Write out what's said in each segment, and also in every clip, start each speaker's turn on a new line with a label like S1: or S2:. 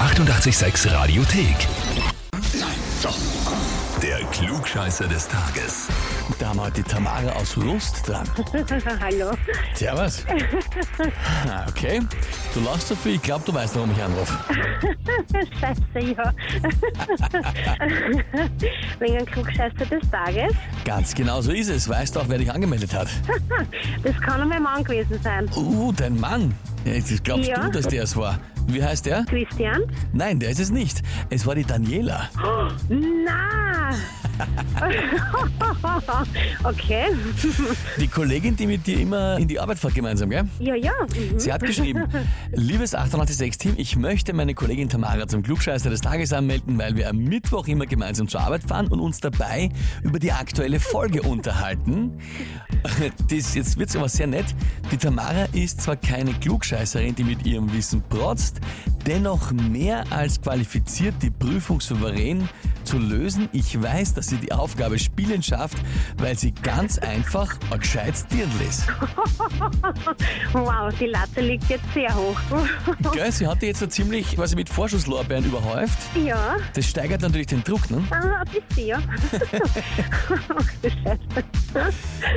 S1: 886 Radiothek. Der Klugscheißer des Tages.
S2: Da haben wir die Tamara aus Rust dran.
S3: Hallo.
S2: Servus. Ah, Okay. Du lachst so viel, ich glaube, du weißt, warum ich anrufe.
S3: Scheiße, ja. Wegen einem Klugscheißer des Tages.
S2: Ganz genau so ist es. Weißt auch, wer dich angemandet hat.
S3: Das kann nur mein Mann gewesen sein.
S2: Uh, dein Mann. Ja, Jetzt glaubst
S3: Ja.
S2: du, dass der es war. Wie heißt der?
S3: Christian?
S2: Nein, der ist es nicht. Es war die Daniela.
S3: Na! okay.
S2: Die Kollegin, die mit dir immer in die Arbeit fährt gemeinsam, gell?
S3: Ja, ja. Mhm.
S2: Sie hat geschrieben, liebes 886-Team, ich möchte meine Kollegin Tamara zum Klugscheißer des Tages anmelden, weil wir am Mittwoch immer gemeinsam zur Arbeit fahren und uns dabei über die aktuelle Folge unterhalten. Das, jetzt wird's aber sehr nett. Die Tamara ist zwar keine Klugscheißerin, die mit ihrem Wissen protzt, dennoch mehr als qualifiziert, die Prüfung souverän zu lösen. Ich weiß, dass sie die Aufgabe spielend schafft, weil sie ganz einfach ein gescheites Dirndl ist.
S3: Wow, die Latte liegt jetzt sehr hoch.
S2: Gell, sie hat die jetzt so ziemlich, was sie mit Vorschusslorbeeren überhäuft.
S3: ja.
S2: Das steigert natürlich den Druck, ne?
S3: Ah, ein bisschen, ja. Ach, du Scheiße.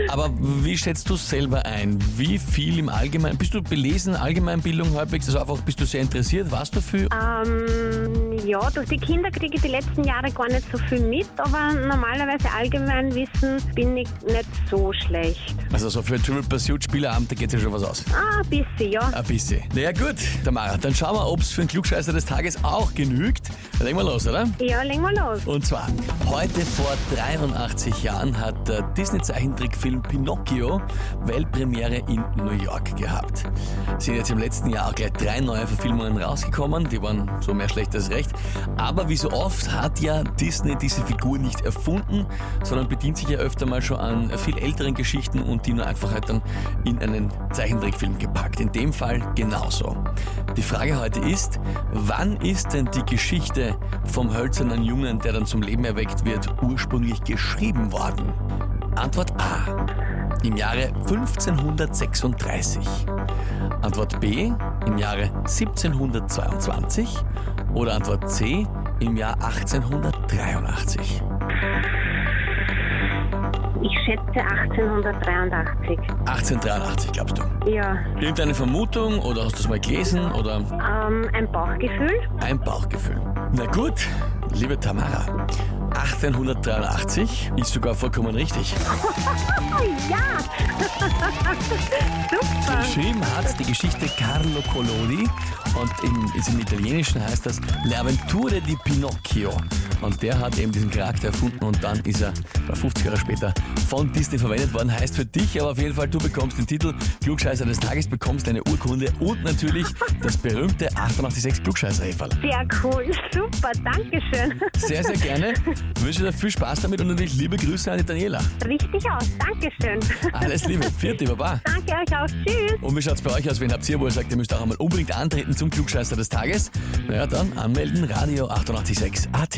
S2: Aber wie schätzt du es selber ein? Wie viel im Allgemeinen? Bist du belesen, Allgemeinbildung halbwegs? Also einfach, bist du sehr interessiert? Was dafür?
S3: Ah. Ähm, ja, durch die Kinder kriege ich die letzten Jahre gar nicht so viel mit, aber normalerweise Allgemeinwissen bin ich nicht so schlecht.
S2: Also so für Triple Pursuit Spieleramt, da geht ja schon was aus.
S3: Ah, ein bisschen, ja.
S2: Ein bisschen. Naja gut, Tamara, dann schauen wir, ob es für den Klugscheißer des Tages auch genügt. Legen wir los, oder?
S3: Ja, legen wir los.
S2: Und zwar, heute vor 83 Jahren hat der Disney-Zeichentrickfilm Pinocchio Weltpremiere in New York gehabt. Sind jetzt im letzten Jahr auch gleich drei neue Verfilmungen rausgekommen, die waren so mehr schlecht als recht. Aber wie so oft hat ja Disney diese Figur nicht erfunden, sondern bedient sich ja öfter mal schon an viel älteren Geschichten und die nur einfach halt dann in einen Zeichentrickfilm gepackt. In dem Fall genauso. Die Frage heute ist, wann ist denn die Geschichte vom hölzernen Jungen, der dann zum Leben erweckt wird, ursprünglich geschrieben worden? Antwort A. Im Jahre 1536. Antwort B. Im Jahre 1722. Oder Antwort C. Im Jahr 1883.
S3: Ich schätze 1883.
S2: 1883, glaubst du?
S3: Ja,
S2: Irgendeine Vermutung oder hast du es mal gelesen oder
S3: ähm, ein Bauchgefühl?
S2: Ein Bauchgefühl. Na gut, liebe Tamara, 1883 ist sogar vollkommen richtig.
S3: Oh ja! Super!
S2: Geschrieben hat die Geschichte Carlo Collodi und im, ist im Italienischen heißt das L'Avventure di Pinocchio. Und der hat eben diesen Charakter erfunden und dann ist er äh, 50 Jahre später von Disney verwendet worden. Heißt für dich aber auf jeden Fall, du bekommst den Titel Klugscheißer des Tages, bekommst eine Urkunde und natürlich das berühmte 886 Klugscheißer-Häferl.
S3: Sehr cool, super, Dankeschön.
S2: Sehr, sehr gerne. Wünsche dir viel Spaß damit und natürlich liebe Grüße an die Daniela.
S3: Richtig aus, Dankeschön.
S2: Alles Liebe. Vierte, Baba.
S3: Danke euch auch, tschüss.
S2: Und wie schaut's bei euch aus? Wen habt ihr, wo ihr sagt, ihr müsst auch einmal unbedingt antreten zum Klugscheißer des Tages? Naja, dann anmelden, Radio 886 AT.